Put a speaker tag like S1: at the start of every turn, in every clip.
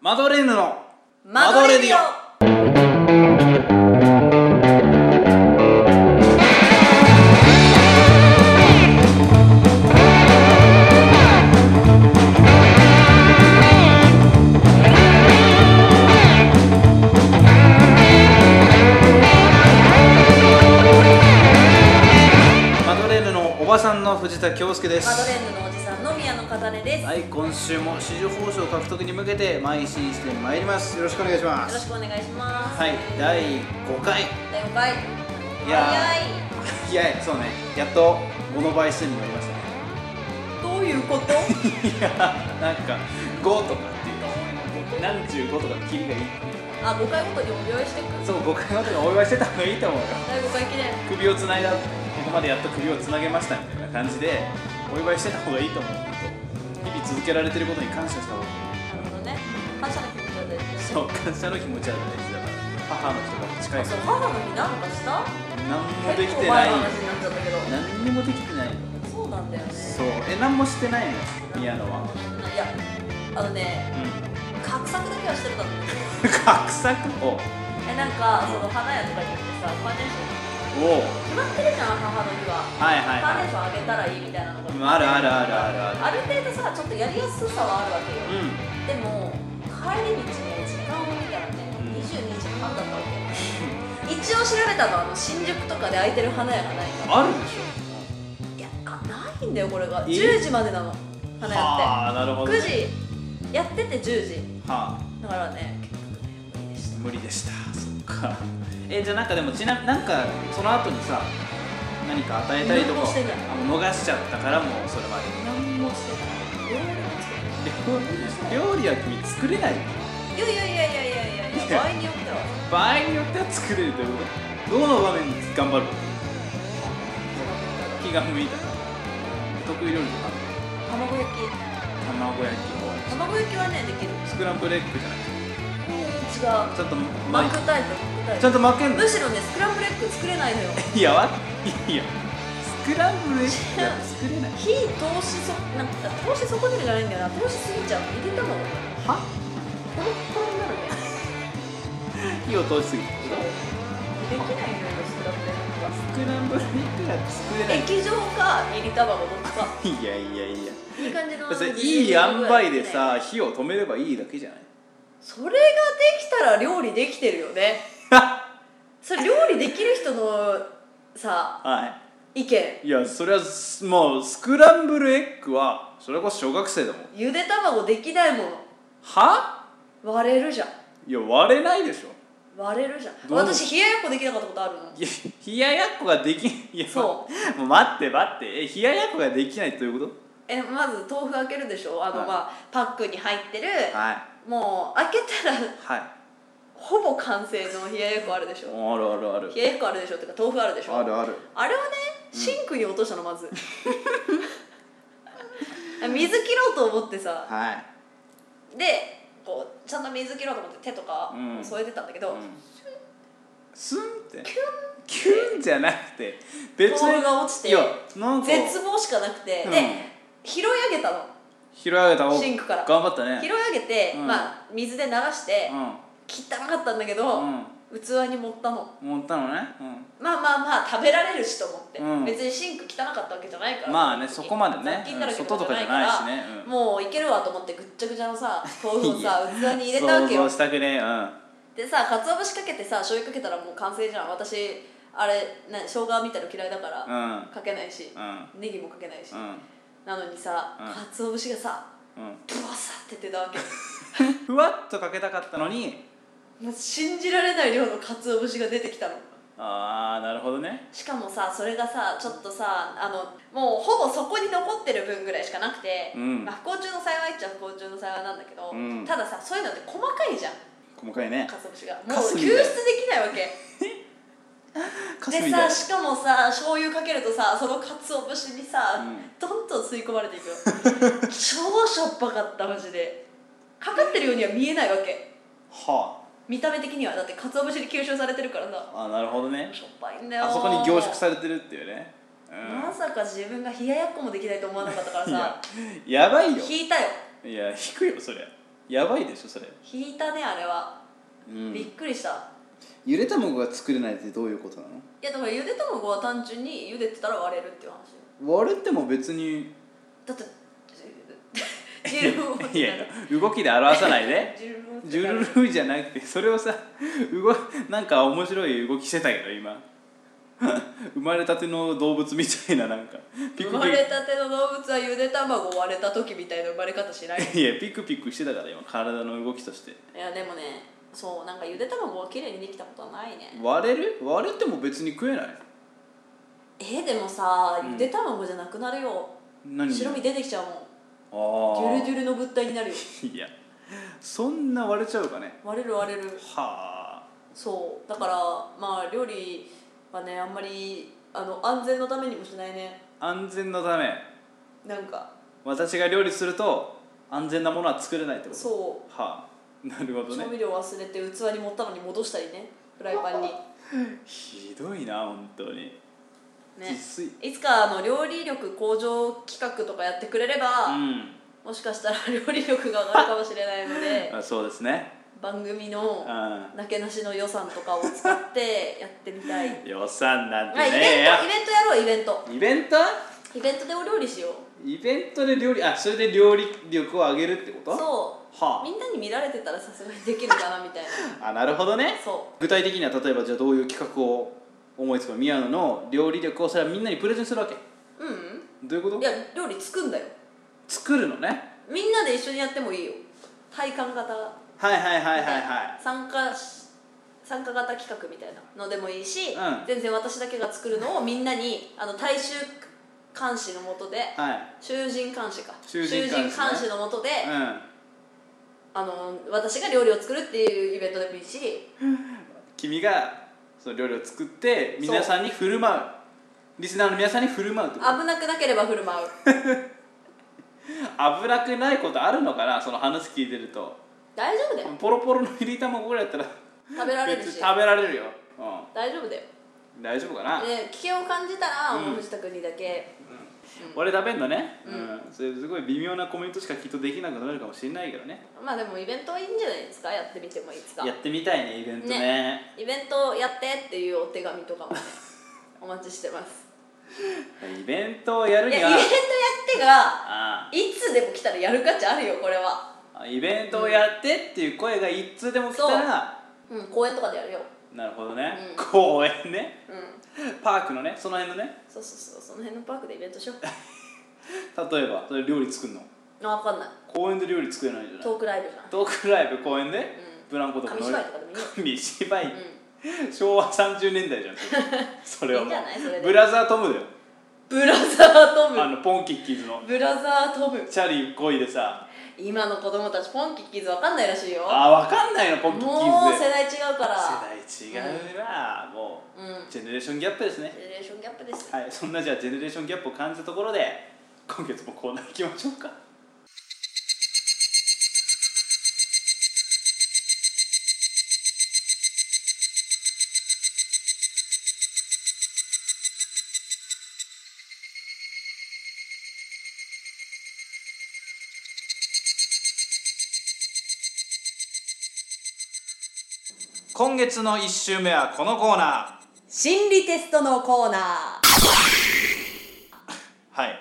S1: マドレーヌの
S2: マドレディオ
S1: マドレーヌのおばさんの藤田恭介です
S2: マドレーヌのおじさんの宮野かざねです、
S1: はい今週も支持報酬獲得に向けて邁進してまいりますよろしくお願いしま
S2: よろし
S1: す
S2: くお願いします
S1: はい第5回
S2: 第5回
S1: いやー
S2: 早い
S1: いやそうねやっと5の倍数になりましたね
S2: どういうこと どういうこ
S1: いやなんか5とかっていう
S2: と
S1: 何十五とかキリがいい
S2: あ、5回ごとにお祝いしてく
S1: そう5回ごとにお祝いしてた方がいいと思うよ
S2: 第5回記念
S1: 首をつないだここまでやっと首をつなげましたみたいな感じでお祝いしてた方がいいと思う日々続けられてることに感謝した方がいい
S2: なるほどね感謝の気持ちは大事です
S1: そう感謝の気持ちは大事だから母の人が近い
S2: あそう母の日なんかした
S1: 何もでき
S2: 結構
S1: てない
S2: 前の話になっちゃったけど
S1: 何にもできてない
S2: そうなんだよね
S1: そうえ何もしてないの宮野は
S2: ないや、あの
S1: う
S2: ね、
S1: ん
S2: 画策だけはしてたんだけど
S1: 画策を
S2: え、なんか、その花屋とかに行ってさ、ファンデーション
S1: おう
S2: 決まってるじゃん、母の日は
S1: はいはい
S2: ファンデー
S1: は
S2: ションあげたらいいみたいなの
S1: い
S2: が
S1: うんあるあるあるあるある
S2: ある程度さちょっとやりやすさはあるわけ
S1: うん
S2: よ、でも帰り道ね時間を見たらね
S1: うん
S2: 22時半だったわけ、一応調べたのはあの新宿とかで開いてる花屋がない
S1: ある
S2: か
S1: でし
S2: いやあないんだよこれが
S1: え
S2: 10時までなの
S1: ょ
S2: 花屋っ
S1: はあなるほど、
S2: て
S1: ね、
S2: 9時やってて10時
S1: はあ
S2: だからね結局ね無理でした
S1: 無理でしたそっかえじゃあなんかでもちななんかその後にさ何か与えたりとか
S2: 何もしてない
S1: あもう逃しちゃったからもうそれまで
S2: 何もしてない料理もしてない
S1: 料理は君作れない
S2: いやいやいやいやいやいやいや場合によっては
S1: 場合によっては作れるということどの場面で頑張る気が向いた得意料理とか
S2: 卵焼き
S1: 卵焼きを
S2: 卵焼きはねできる
S1: スクランブルエッグじゃなくて
S2: うん違う
S1: ちょっと
S2: マ
S1: 巻
S2: ッ
S1: い
S2: クタイプマックタイ
S1: ちゃ
S2: プ
S1: んと巻けんの
S2: むしろねスクランブルエッグ作れないのよ
S1: いやわいやスクランブルエッグだと作れない
S2: 火通しそなんか通し損ねるじゃないんだよな通しすぎちゃう入れたの
S1: は
S2: ポロッポロになるね
S1: 火を通しすぎて
S2: そうできないのよスクランブ
S1: スクランブル
S2: ルエッグは
S1: エッグが作れない
S2: 液状かミリ卵どっちか
S1: いやいやいや
S2: いい感じの
S1: 別にいい塩梅で さ火を止めればいいだけじゃない
S2: それができたら料理できてるよねそれ料理できる人のさ
S1: は
S2: 意見
S1: いいやそれはもうスクランブルエッグはそれこそ小学生だもん
S2: ゆで卵できないも
S1: は
S2: の割れるじゃん
S1: いや割れないでしょ
S2: 割れるじゃん
S1: どう
S2: 私冷ややっこできなかったことあるの
S1: いや冷ややっこができんいや
S2: そ う
S1: もう待って待ってえ冷ややっこができないということ
S2: えまず豆腐開けるでしょあの、
S1: はい
S2: まあ、パックに入ってる、
S1: はい
S2: もう開けたら
S1: はい
S2: ほぼ完成の冷ややっこあるでしょ
S1: あるあるある
S2: 冷ややっこあるでしょっていうか豆腐あるでしょ
S1: あるある
S2: あれをねシンクに落としたの まず水切ろうと思ってさ
S1: はい
S2: でこうちゃんと水切ろうと思って手とか
S1: うん
S2: 添えてたんだけど、
S1: うんスンってキュンじゃなくて別
S2: 豆腐が落ちて
S1: いやなんか
S2: 絶望しかなくて、
S1: うん
S2: で拾い上げたの
S1: 拾い上げたお
S2: シンクから
S1: 頑張ったね
S2: 拾い上げて、
S1: うん
S2: まあ、水で流して
S1: う
S2: 汚かったんだけど、
S1: ん
S2: 器に盛ったの
S1: うん持ったのね、
S2: まあまあまあ食べられるしと思って、
S1: うん
S2: 別にシンク汚かったわけじゃないか
S1: うん、
S2: ら
S1: まあねそこまでね
S2: 雑菌だらけ
S1: 外とかじゃ
S2: か
S1: ないし
S2: ら
S1: ね、うん、
S2: もういけるわと思ってぐっちゃぐちゃの さ豆腐を
S1: い
S2: さ
S1: や
S2: 器に入れたわけよ
S1: 想像したくねえうん
S2: でさ鰹節かけてさ醤油かけたらもう完成じゃん私あれな生姜みたいの嫌いだから、
S1: うん
S2: かけないし、
S1: うん
S2: ネギもかけないし、
S1: うん
S2: なのにさ、
S1: うん
S2: 鰹節がさブワサって出たわけ
S1: うんふわっとかけたかったのに
S2: もう信じられない量の鰹節が出てきたの
S1: ああなるほどね
S2: しかもさそれがさちょっとさあのもうほぼそこに残ってる分ぐらいしかなくて、
S1: うん
S2: まあ、不幸中の幸いっちゃ不幸中の幸いなんだけど、
S1: うん
S2: たださそういうのって細かいじゃん
S1: 細かいね
S2: かつぶしがも
S1: かす
S2: う
S1: み
S2: 救出
S1: たい
S2: できないわけ
S1: かす
S2: で
S1: みたい
S2: さしかもさ醤油かけるとさそのかつお節にさ、
S1: うん
S2: どんどん吸い込まれていくよ超しょっぱかったマジでかかってるようには見えないわけ
S1: は
S2: 見た目的にはだってかつお節に吸収されてるからさ
S1: ああーなるほどね
S2: しょっぱいんだよ
S1: あそこに凝縮されてるっていうねうん
S2: まさか自分が冷ややっこもできないと思わなかったから
S1: い
S2: さ
S1: ややばいよ
S2: 引いたよ
S1: いや引くよそりゃやばいでしょそれ、
S2: 引いたねあれは、
S1: うん
S2: びっくりした
S1: ゆで卵が作れないってどういうことなの
S2: いやだからゆで卵は単純にゆでてたら割れるっていう話
S1: 割れても別に
S2: だってジュルジュル
S1: いやいや動きで表さないで
S2: ジュルル
S1: ジュルルじゃなくてそれをさ動なんか面白い動きしてたけど今 生まれたての動物みたいななんかピク
S2: 生まれたての動物はゆで卵割れた時みたいな生まれ方しない
S1: ピクいやピクピクしてたから今体の動きとして
S2: いやでもねそうなんかゆで卵は綺麗にできたことはないね
S1: 割れる割れても別に食えない
S2: えでもさ
S1: うん
S2: ゆで卵じゃなくなるよ、
S1: 何
S2: 白身出てきちゃう
S1: あ
S2: も
S1: あ
S2: んジュルジュルの物体になるよ
S1: いやそんな割れちゃうかね
S2: 割れる割れる
S1: はあ
S2: そうだからまあ料理はねあんまりあの安全のためにもしないね
S1: 安全のため
S2: なんか
S1: 私が料理すると安全なものは作れないってこと
S2: そ
S1: はあなるほ
S2: う
S1: どね
S2: 調味料忘れて器に盛ったのに戻したりねフライパンに
S1: ひどいな本当に、
S2: ね
S1: 自炊
S2: いつかあの料理力向上企画とかやってくれれ
S1: う
S2: ば、
S1: ん
S2: もしかしたら料理力が上がるかもしれないので
S1: あ そうですね
S2: 番組
S1: う
S2: の
S1: ん
S2: なけなしの予算とかを使ってやってみたい、
S1: 予算なんて
S2: まあ、イベン
S1: ねえよ
S2: トイベントやろうイベント
S1: イベント
S2: イベントでお料理しよう
S1: イベントで料理あそれで料理力を上げるってこと
S2: そう
S1: は
S2: みんなに見られてたらさすがにできるかなみたいな
S1: ああなるほどね
S2: そ
S1: 具体的には例えばじゃあどういう企画を思いつくの宮野の料理力をそれはみんなにプレゼンするわけ
S2: ううん
S1: どういうこと
S2: いや料理作んだよ
S1: 作るのね
S2: みんなで一緒にやってもいいよ体感型
S1: はいはいはいはいは
S2: 参加し参加型企画みたいなのでもいいし、
S1: うん
S2: 全然私だけが作るのをみんなにあの大衆監視のもとで
S1: いはい
S2: 囚人監視か
S1: 囚人監視ね
S2: 囚人監視のもとで、
S1: うん
S2: あの私が料理を作るっていうイベントでもいいし
S1: 君がその料理を作って
S2: そう
S1: 皆さんに振る舞うリスナーの皆さんに振る舞うってこと
S2: 危なくなければ振る舞う
S1: 危なくないことあるのかなその話聞いてると
S2: 大丈夫だよ
S1: ポロポロの入り卵ぐらいだったら
S2: 食べられる
S1: 別に
S2: し
S1: 食べられるよ、
S2: 大丈夫だよ
S1: うん、大丈夫かな、
S2: で危険を感じたら、
S1: うん
S2: もう藤田君にだけ
S1: 俺食べんのね、
S2: うん
S1: それすごい微妙なコメントしかきっとできなくなるかもしれないけどね
S2: まあでもイベントはいいんじゃないですかやってみてもいつか
S1: やってみたいねイベントね
S2: イベントやってっていうお手紙とかもね お待ちしてます
S1: イベントをやる
S2: い
S1: に
S2: やイベ
S1: は
S2: ントやってが
S1: あ
S2: いつでも来たらやる価値あるよこれは
S1: あイベントをやってっていう声が一通でも来たら
S2: うん公園とかでやるよ
S1: なるほどね、
S2: うん
S1: 公園ね
S2: うん
S1: パークのねその辺のね
S2: そうそうそうその辺のパークでイベン トしよう
S1: 例えばそれ料理作るの
S2: あ分かんない
S1: 公園で料理作れないんじゃない
S2: トークライブじゃん
S1: トークライブ公園で、ブランコとか
S2: 紙芝居とかでもいいよ、
S1: 紙芝居、
S2: うん、
S1: 昭和30年代じゃんそれそれはもう
S2: いいんじゃないそれで
S1: ブラザートムだよ
S2: ブラザート
S1: あ
S2: ム
S1: のポンキッキーズの
S2: ブラザートム
S1: チャリこいでさ
S2: 今の子供たちポンキッキーズ分かんないらしいよ
S1: あわかんないのポンキッキ
S2: も
S1: ー
S2: う
S1: ズ
S2: 世
S1: で
S2: 代違うから
S1: 世代違うな、も
S2: うん
S1: うジェネレーションギャップですね
S2: ジェネレーションギャップです
S1: はいそんなじゃあジェネレーションギャップを感じたところで今月もコーナー行きましょうか今月の1週目はこのコーナー
S2: 心理テストのコーナー
S1: はい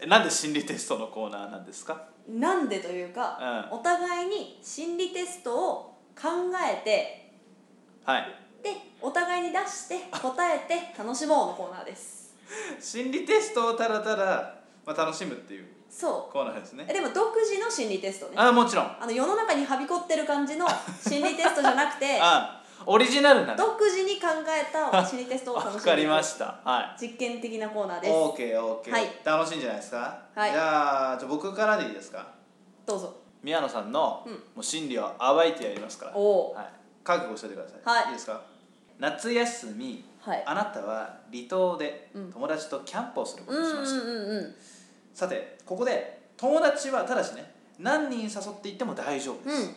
S1: えなんで心理テストのコーナーなんですか
S2: なんでというか、お互いに心理テストを考えて
S1: はい
S2: でお互いに出して答えて楽しもうのコーナーです
S1: 心理テストをたらたら、まあ、楽しむっていう
S2: そ
S1: コーナーです
S2: うえ
S1: ね
S2: でも独自の心理テストね
S1: あもちろんあ
S2: あの世の中にはびこってる感じの心理テストじゃなく て
S1: オリジナルなんだ
S2: 独自に考えた心理テストを楽しん
S1: わ
S2: で
S1: かりましたは
S2: 実験的なコーナー
S1: い
S2: です
S1: OKOK、
S2: はい
S1: 楽しいんじゃないですか、
S2: はい
S1: じゃあじゃあ僕からでいいですか
S2: どうぞ
S1: 宮野さんの、
S2: うん
S1: もう心理を暴いてやりますから、
S2: お
S1: はい、
S2: お
S1: 覚悟しておいてください、
S2: はい
S1: いですか夏休み
S2: はい
S1: あなたは離島で
S2: うん
S1: 友達とキャンプをするこ
S2: う
S1: と
S2: ん
S1: に
S2: う
S1: しました、
S2: んうんうん
S1: さてここで友達はただしね何人誘っていっても大丈夫です、
S2: うん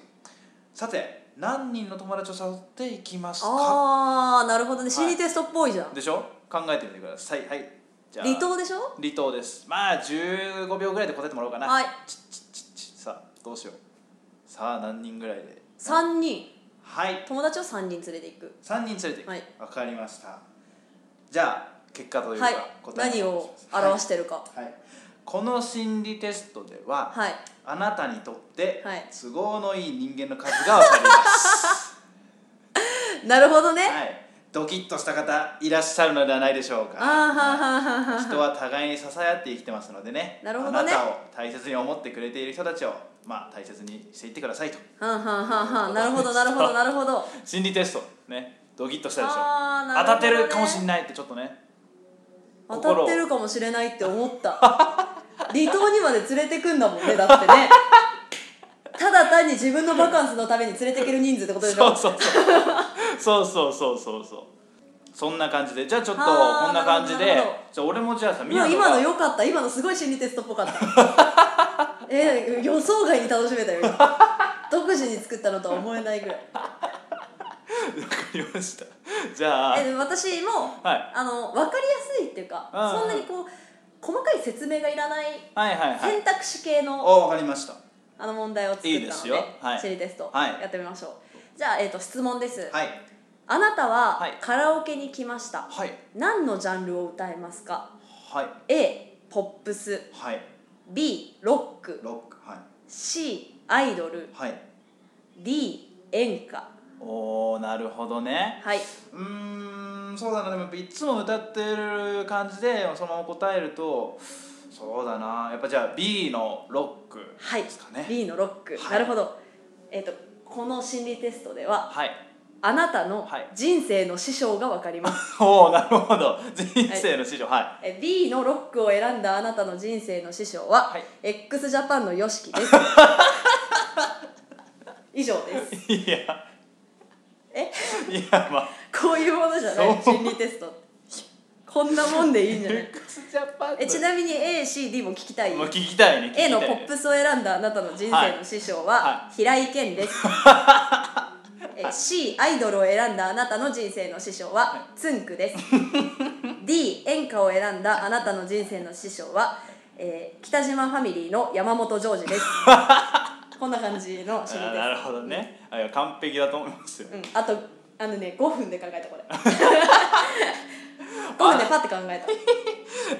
S1: さて何人の友達を誘っていきますか
S2: ああなるほどね心理テストっぽいじゃん、
S1: でしょ考えてみてくださいはいじゃあ
S2: 離島でしょ
S1: 離島ですまあ15秒ぐらいで答えてもらおうかな、
S2: はい
S1: ちっちっちっちさあどうしようさあ何人ぐらいで
S2: 3人
S1: はい
S2: 友達を3人連れていく
S1: 3人連れていく
S2: はい
S1: わかりましたじゃあ結果というか
S2: はい
S1: 答え
S2: 何を
S1: はい
S2: 表してるか
S1: はい、この心理テストでは、
S2: はい
S1: あなたにとって
S2: はい
S1: 都合のいい人間の数が分かります、
S2: なるほどね、
S1: はい、ドキッとした方いらっしゃるのではないでしょうか
S2: ああははは
S1: 人
S2: は
S1: は互いに支え合って生きてますのでね
S2: なるほどね
S1: あなたを大切に思ってくれている人たちを、まあ、大切にしていってくださいと
S2: はんはんはんはんなるほどなるほどなるほど
S1: 心理テストねドキッとしたでしょ
S2: あー
S1: 当
S2: なるほどね
S1: たってるかもしれないってちょっとね
S2: 当
S1: 心を
S2: たってるかもしれないって思った離島にまで連れてくんだもんねだっ てねただ単に自分のバカンスのために連れてける人数ってことでしょ
S1: そうそうそうそうそうそうそうそうそんな感じでじゃあちょっと
S2: あー
S1: こんな感じ
S2: な
S1: で
S2: るほど
S1: じゃあ俺もじゃあさみ
S2: いや
S1: な
S2: 今の良かった今のすごい心理テストっぽかった えー予想外に楽しめたよ今独自に作ったのとは思えないぐらい
S1: わかりましたじゃあ
S2: え私も、
S1: はい
S2: あの分かりやすいっていうか
S1: うんうん
S2: そんなにこう細かい説明がいらない
S1: はいはいはい
S2: 選択肢系の
S1: おわかりました
S2: あの問題を作ったの
S1: いい
S2: で
S1: ですよはい
S2: 心理テスト
S1: はい
S2: やってみましょう、じゃあ、えー、と質問です、
S1: はい
S2: あなたは
S1: はい
S2: カラオケに来ました、
S1: はい
S2: 何のジャンルを歌いますか
S1: はい
S2: A ポップス
S1: はい
S2: B ロック
S1: ロックはい
S2: C アイドル
S1: はい
S2: D 演歌
S1: おーなるほどね
S2: はいう
S1: ーんそうだなでもやっぱいつも歌ってる感じでそのまま答えるとそうだなやっぱじゃあ B のロック
S2: はい
S1: ですかね
S2: B のロック、
S1: はい
S2: なるほどえっ、とこの心理テストでは
S1: はい
S2: あなたの
S1: はい
S2: 人生の師匠がわかります、
S1: おおなるほど人生の師匠はい
S2: え B のロックを選んだあなたの人生の師匠は、
S1: はい
S2: x ジャパンの YOSHIKI です以上です
S1: いや
S2: え
S1: いやまあ
S2: こういうものじゃない
S1: そう
S2: 心理テストってこんなもんでいいんじゃない
S1: X ジャパンの
S2: えちなみに ACD も聞きたい
S1: もう聞きたいね聞きた
S2: A
S1: いね
S2: のポップスを選んだあなたの人生の師匠は
S1: は
S2: 平井堅ですえ C アイドルを選んだあなたの人生の師匠はつんくです D 演歌を選んだあなたの人生の師匠は、えー北島ファミリーの山本ジョージですこんな感じの
S1: あ
S2: 心理
S1: ー
S2: です
S1: なるほどねあいや完璧だと思いますよ、
S2: うん、あとあのね5分で考えたこれ 5分でパッて考え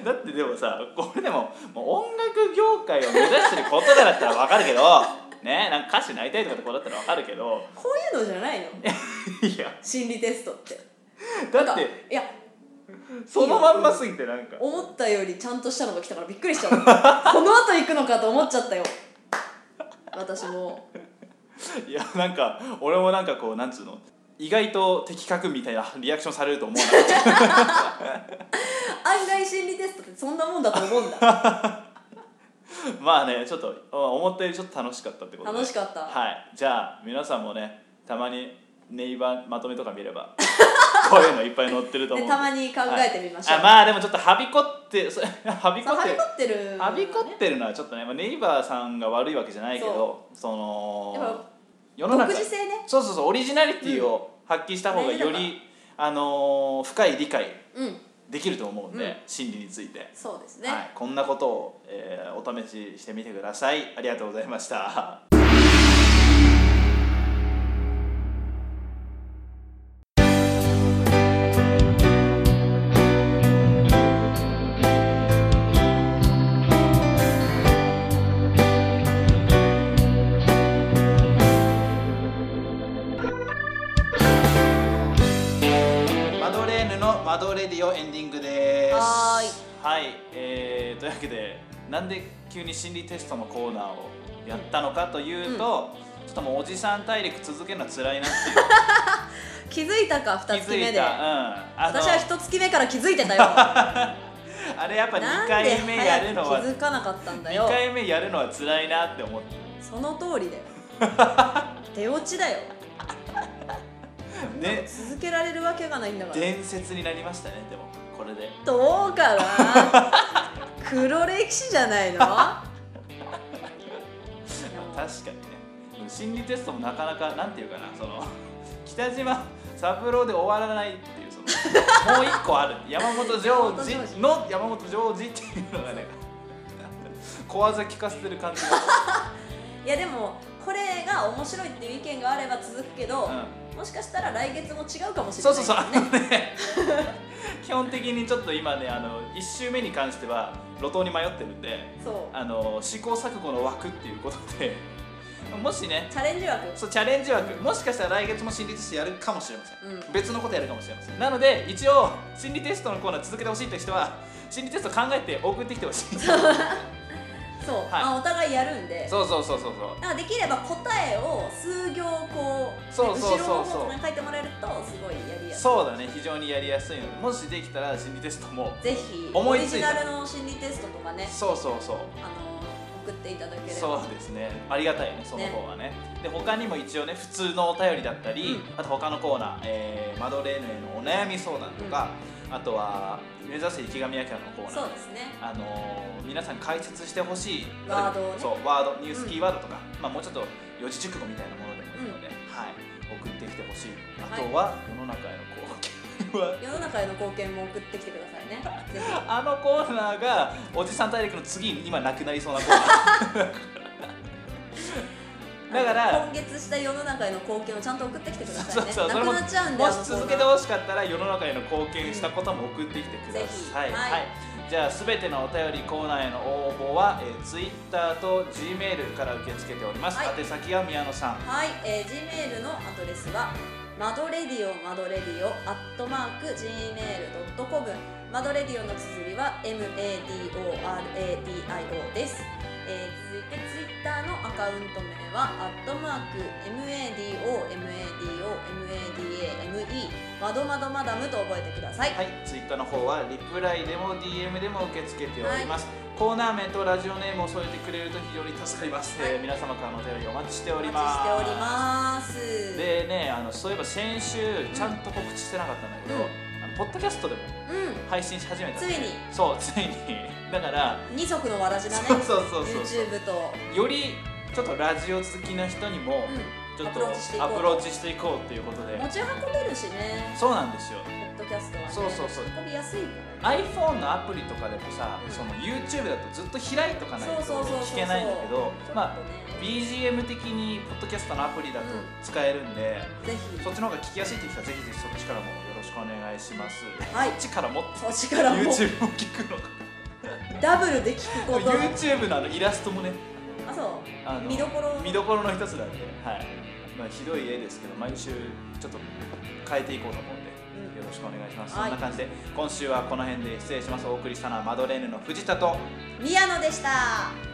S1: だってでもさこれでももう音楽業界を目指してることだったらわかるけ どねなんか歌手になりたいとかってことだったらわかるけど
S2: たこういうのじゃ ないの
S1: いや
S2: 心理テストって
S1: だっ
S2: なんか
S1: て
S2: いや
S1: そのまんますぎてなんか
S2: 思ったよりちゃんとしたのが来たからびっくりしちゃ ったこの後行くのかと思っちゃったよ私も
S1: いやなんか俺もなんかこうなんつうの意外と的確みたいなリアクションされると思わなかった
S2: 案外心理テストってそんなもんだと思うん だ
S1: まあねちょっとまあ思ったよりちょっと楽しかったってことで
S2: 楽しかった
S1: はいじゃあ皆さんもねたまにネイバーまとめとか見れ ばこういうのいっぱい載ってると思う
S2: で
S1: ん
S2: たまに考えてみまし
S1: は
S2: ょう、
S1: いあまあでもちょっとはびこってそ はびこ
S2: そう
S1: っ
S2: は
S1: て
S2: びこってる、
S1: はびこってるのはちょっとね、まあ、ネイバーさんが悪いわけじゃないけどそ
S2: やっ
S1: の
S2: ぱ
S1: 世の中
S2: 独自性ね
S1: そうそうそうオリジナリティを発揮した方が
S2: 大事だ
S1: よ
S2: から
S1: り、あのー深い理解
S2: うん
S1: できると思うんで、
S2: うん
S1: 心理について
S2: そうですね、
S1: はい、こんなことを、えーお試ししてみてくださいありがとうございましたマドレーヌのマドレディオエンディングです
S2: は
S1: はい、えーというわけでなんで急に心理テストのコーナーをやったのかというと、ちょっともうおじさん大陸続けるのは辛いなっていう
S2: 気づいたか
S1: 気
S2: 2月
S1: づ
S2: 目
S1: い
S2: で
S1: た、うん、あの
S2: 私は1月目から気づいてたよ
S1: あれやっぱ
S2: な
S1: 2
S2: んで
S1: 回目やるの
S2: 早
S1: は
S2: く気づかなかったんだよ
S1: 2回目やるのは辛いなって思って
S2: その通りだよ 手落ちだよ
S1: ね
S2: 続けられるわけがないんだから
S1: 伝説になりましたねでもこれで
S2: どう かな黒歴史じゃないのでも
S1: 確かにね心理テストもなかなかなんていうかなその 北島三郎で終わらないっていうそのもう一個ある山本ジョ
S2: 山本
S1: ー
S2: 譲
S1: ジの山本ジョージっていうのがね小技聞かせてる感じが
S2: いやでもこれが面白いっていう意見があれば続くけど、もしかしたら来月も違うかもしれ
S1: そ
S2: な
S1: うそう
S2: いです
S1: そうあの
S2: ね
S1: ね 基本的にちょっと今ねあの1周目に関しては路頭に迷ってるんで
S2: そう
S1: あの試行錯誤の枠っていうことでもしね
S2: チャレンジ枠
S1: そうチャレンジ枠もしかしたら来月も心理テストやるかもしれません、
S2: うん
S1: 別のことやるかもしれませんなので一応心理テストのコーナー続けてほしいって人は心理テスト考えて送ってきてほしいそう
S2: そう、
S1: い
S2: まあお互いやるんで
S1: そうそうそうそう
S2: だからできれば答えを数行こう
S1: そうそうそうそう
S2: 後ろの方とかに書いてもらえるとすごいやりやすい
S1: そうだね非常にやりやすいのでもしできたら心理テストも
S2: ぜひ
S1: 思
S2: オ
S1: い
S2: リ
S1: つい
S2: ジ
S1: た
S2: ナルの心理テストとかね
S1: そうそうそう
S2: あの送っていただければ
S1: そうですねありがたいねその方はねで他にも一応ね普通のお便りだったり、
S2: うん
S1: あと他のコーナー、えーマドレーヌへのお悩み相談とか、あとは目指せ池上彰のコーナー
S2: そうですね
S1: あのー皆さん解説してほしい
S2: ワードをね
S1: そうワードニュー
S2: う
S1: ス
S2: ん
S1: キーワードとか、まあ、もうちょっと四字熟語みたいなものでもいいので、はい、送ってきてほしいあとは、世の中への貢 献は
S2: 世の中への貢献も送ってきてください ねぜひ
S1: あのコーナーがおじさん大陸の次に今なくなりそうなコー ナーだか
S2: あ
S1: ら
S2: の今月した世の中への貢献をちゃんと送ってきてくださいね
S1: それ
S2: な
S1: も
S2: くなっちゃうんで
S1: も
S2: あの
S1: し
S2: コーナー
S1: 続けてほしかったら世の中への貢献したことも送ってきてくだ
S2: ぜひ
S1: さい、
S2: はい
S1: じゃあすべてのお便りコーナーへの応募は、えー、Twitter と Gmail から受け付けております、
S2: はい
S1: 宛先は宮野さん
S2: はい、えー、Gmail のアドレスはマドレディオマドレディオアットマーク Gmail.com マドレディオの綴りは MADORADIO です、えー、続いて Twitter のアカウント名はアットマーク MADOMADOMADAME マドマドマダムと覚えてください、
S1: はい、ツイッターの方はリプライでも DM でも受け付けております、コーナー名とラジオネームを添えてくれると非常に助かります、
S2: はい
S1: えー皆様からのお便りお待ちしてお
S2: お
S1: り
S2: 待ち
S1: ます
S2: しております
S1: でねあのそういえば先週ちゃんと告知してなかったんだけど、
S2: うん
S1: あのポッドキャストでも
S2: う
S1: 配信し始め
S2: ん
S1: た
S2: ついに
S1: そうついにだから
S2: 二足のわらじだね
S1: そうそうそうそう
S2: YouTube と、
S1: よりちょっとラジオ好きな人にも
S2: うん
S1: ちょっ
S2: アプローチしてい
S1: と
S2: こ
S1: ア
S2: う
S1: プローチしていこうっていうことで、
S2: 持ち運べるしね
S1: そうなんですよ
S2: ポッドキャストはね
S1: そうそうそう
S2: 運びやすいからね
S1: iPhone のアプリとかでもさ、
S2: うん
S1: その YouTube だとずっと開いとかないと
S2: そうそうそうそう
S1: 聞けないんだけど
S2: ちょっとね、
S1: まあ BGM 的にポッドキャストのアプリだと使えるんで、
S2: ぜ
S1: そっちの方が聞きやすいって人はぜひぜひそっちからもよろしくお願いします、
S2: はい
S1: そっちからもっ
S2: ひ
S1: と
S2: そっちからも
S1: YouTube も聞くのか
S2: ダブルで聞くこと
S1: YouTube のあのイラストもね
S2: あそう
S1: あの
S2: 見どころ
S1: 見どころの一つなんで、はいまあ、ひどい絵ですけど毎週ちょっと変えていこうと思うんで、
S2: う
S1: よ
S2: ん
S1: ろしくお願いします、
S2: はい
S1: そんな感じで今週はこの辺で失礼しますお送りしたのはマドレーヌの藤田と
S2: 宮野でした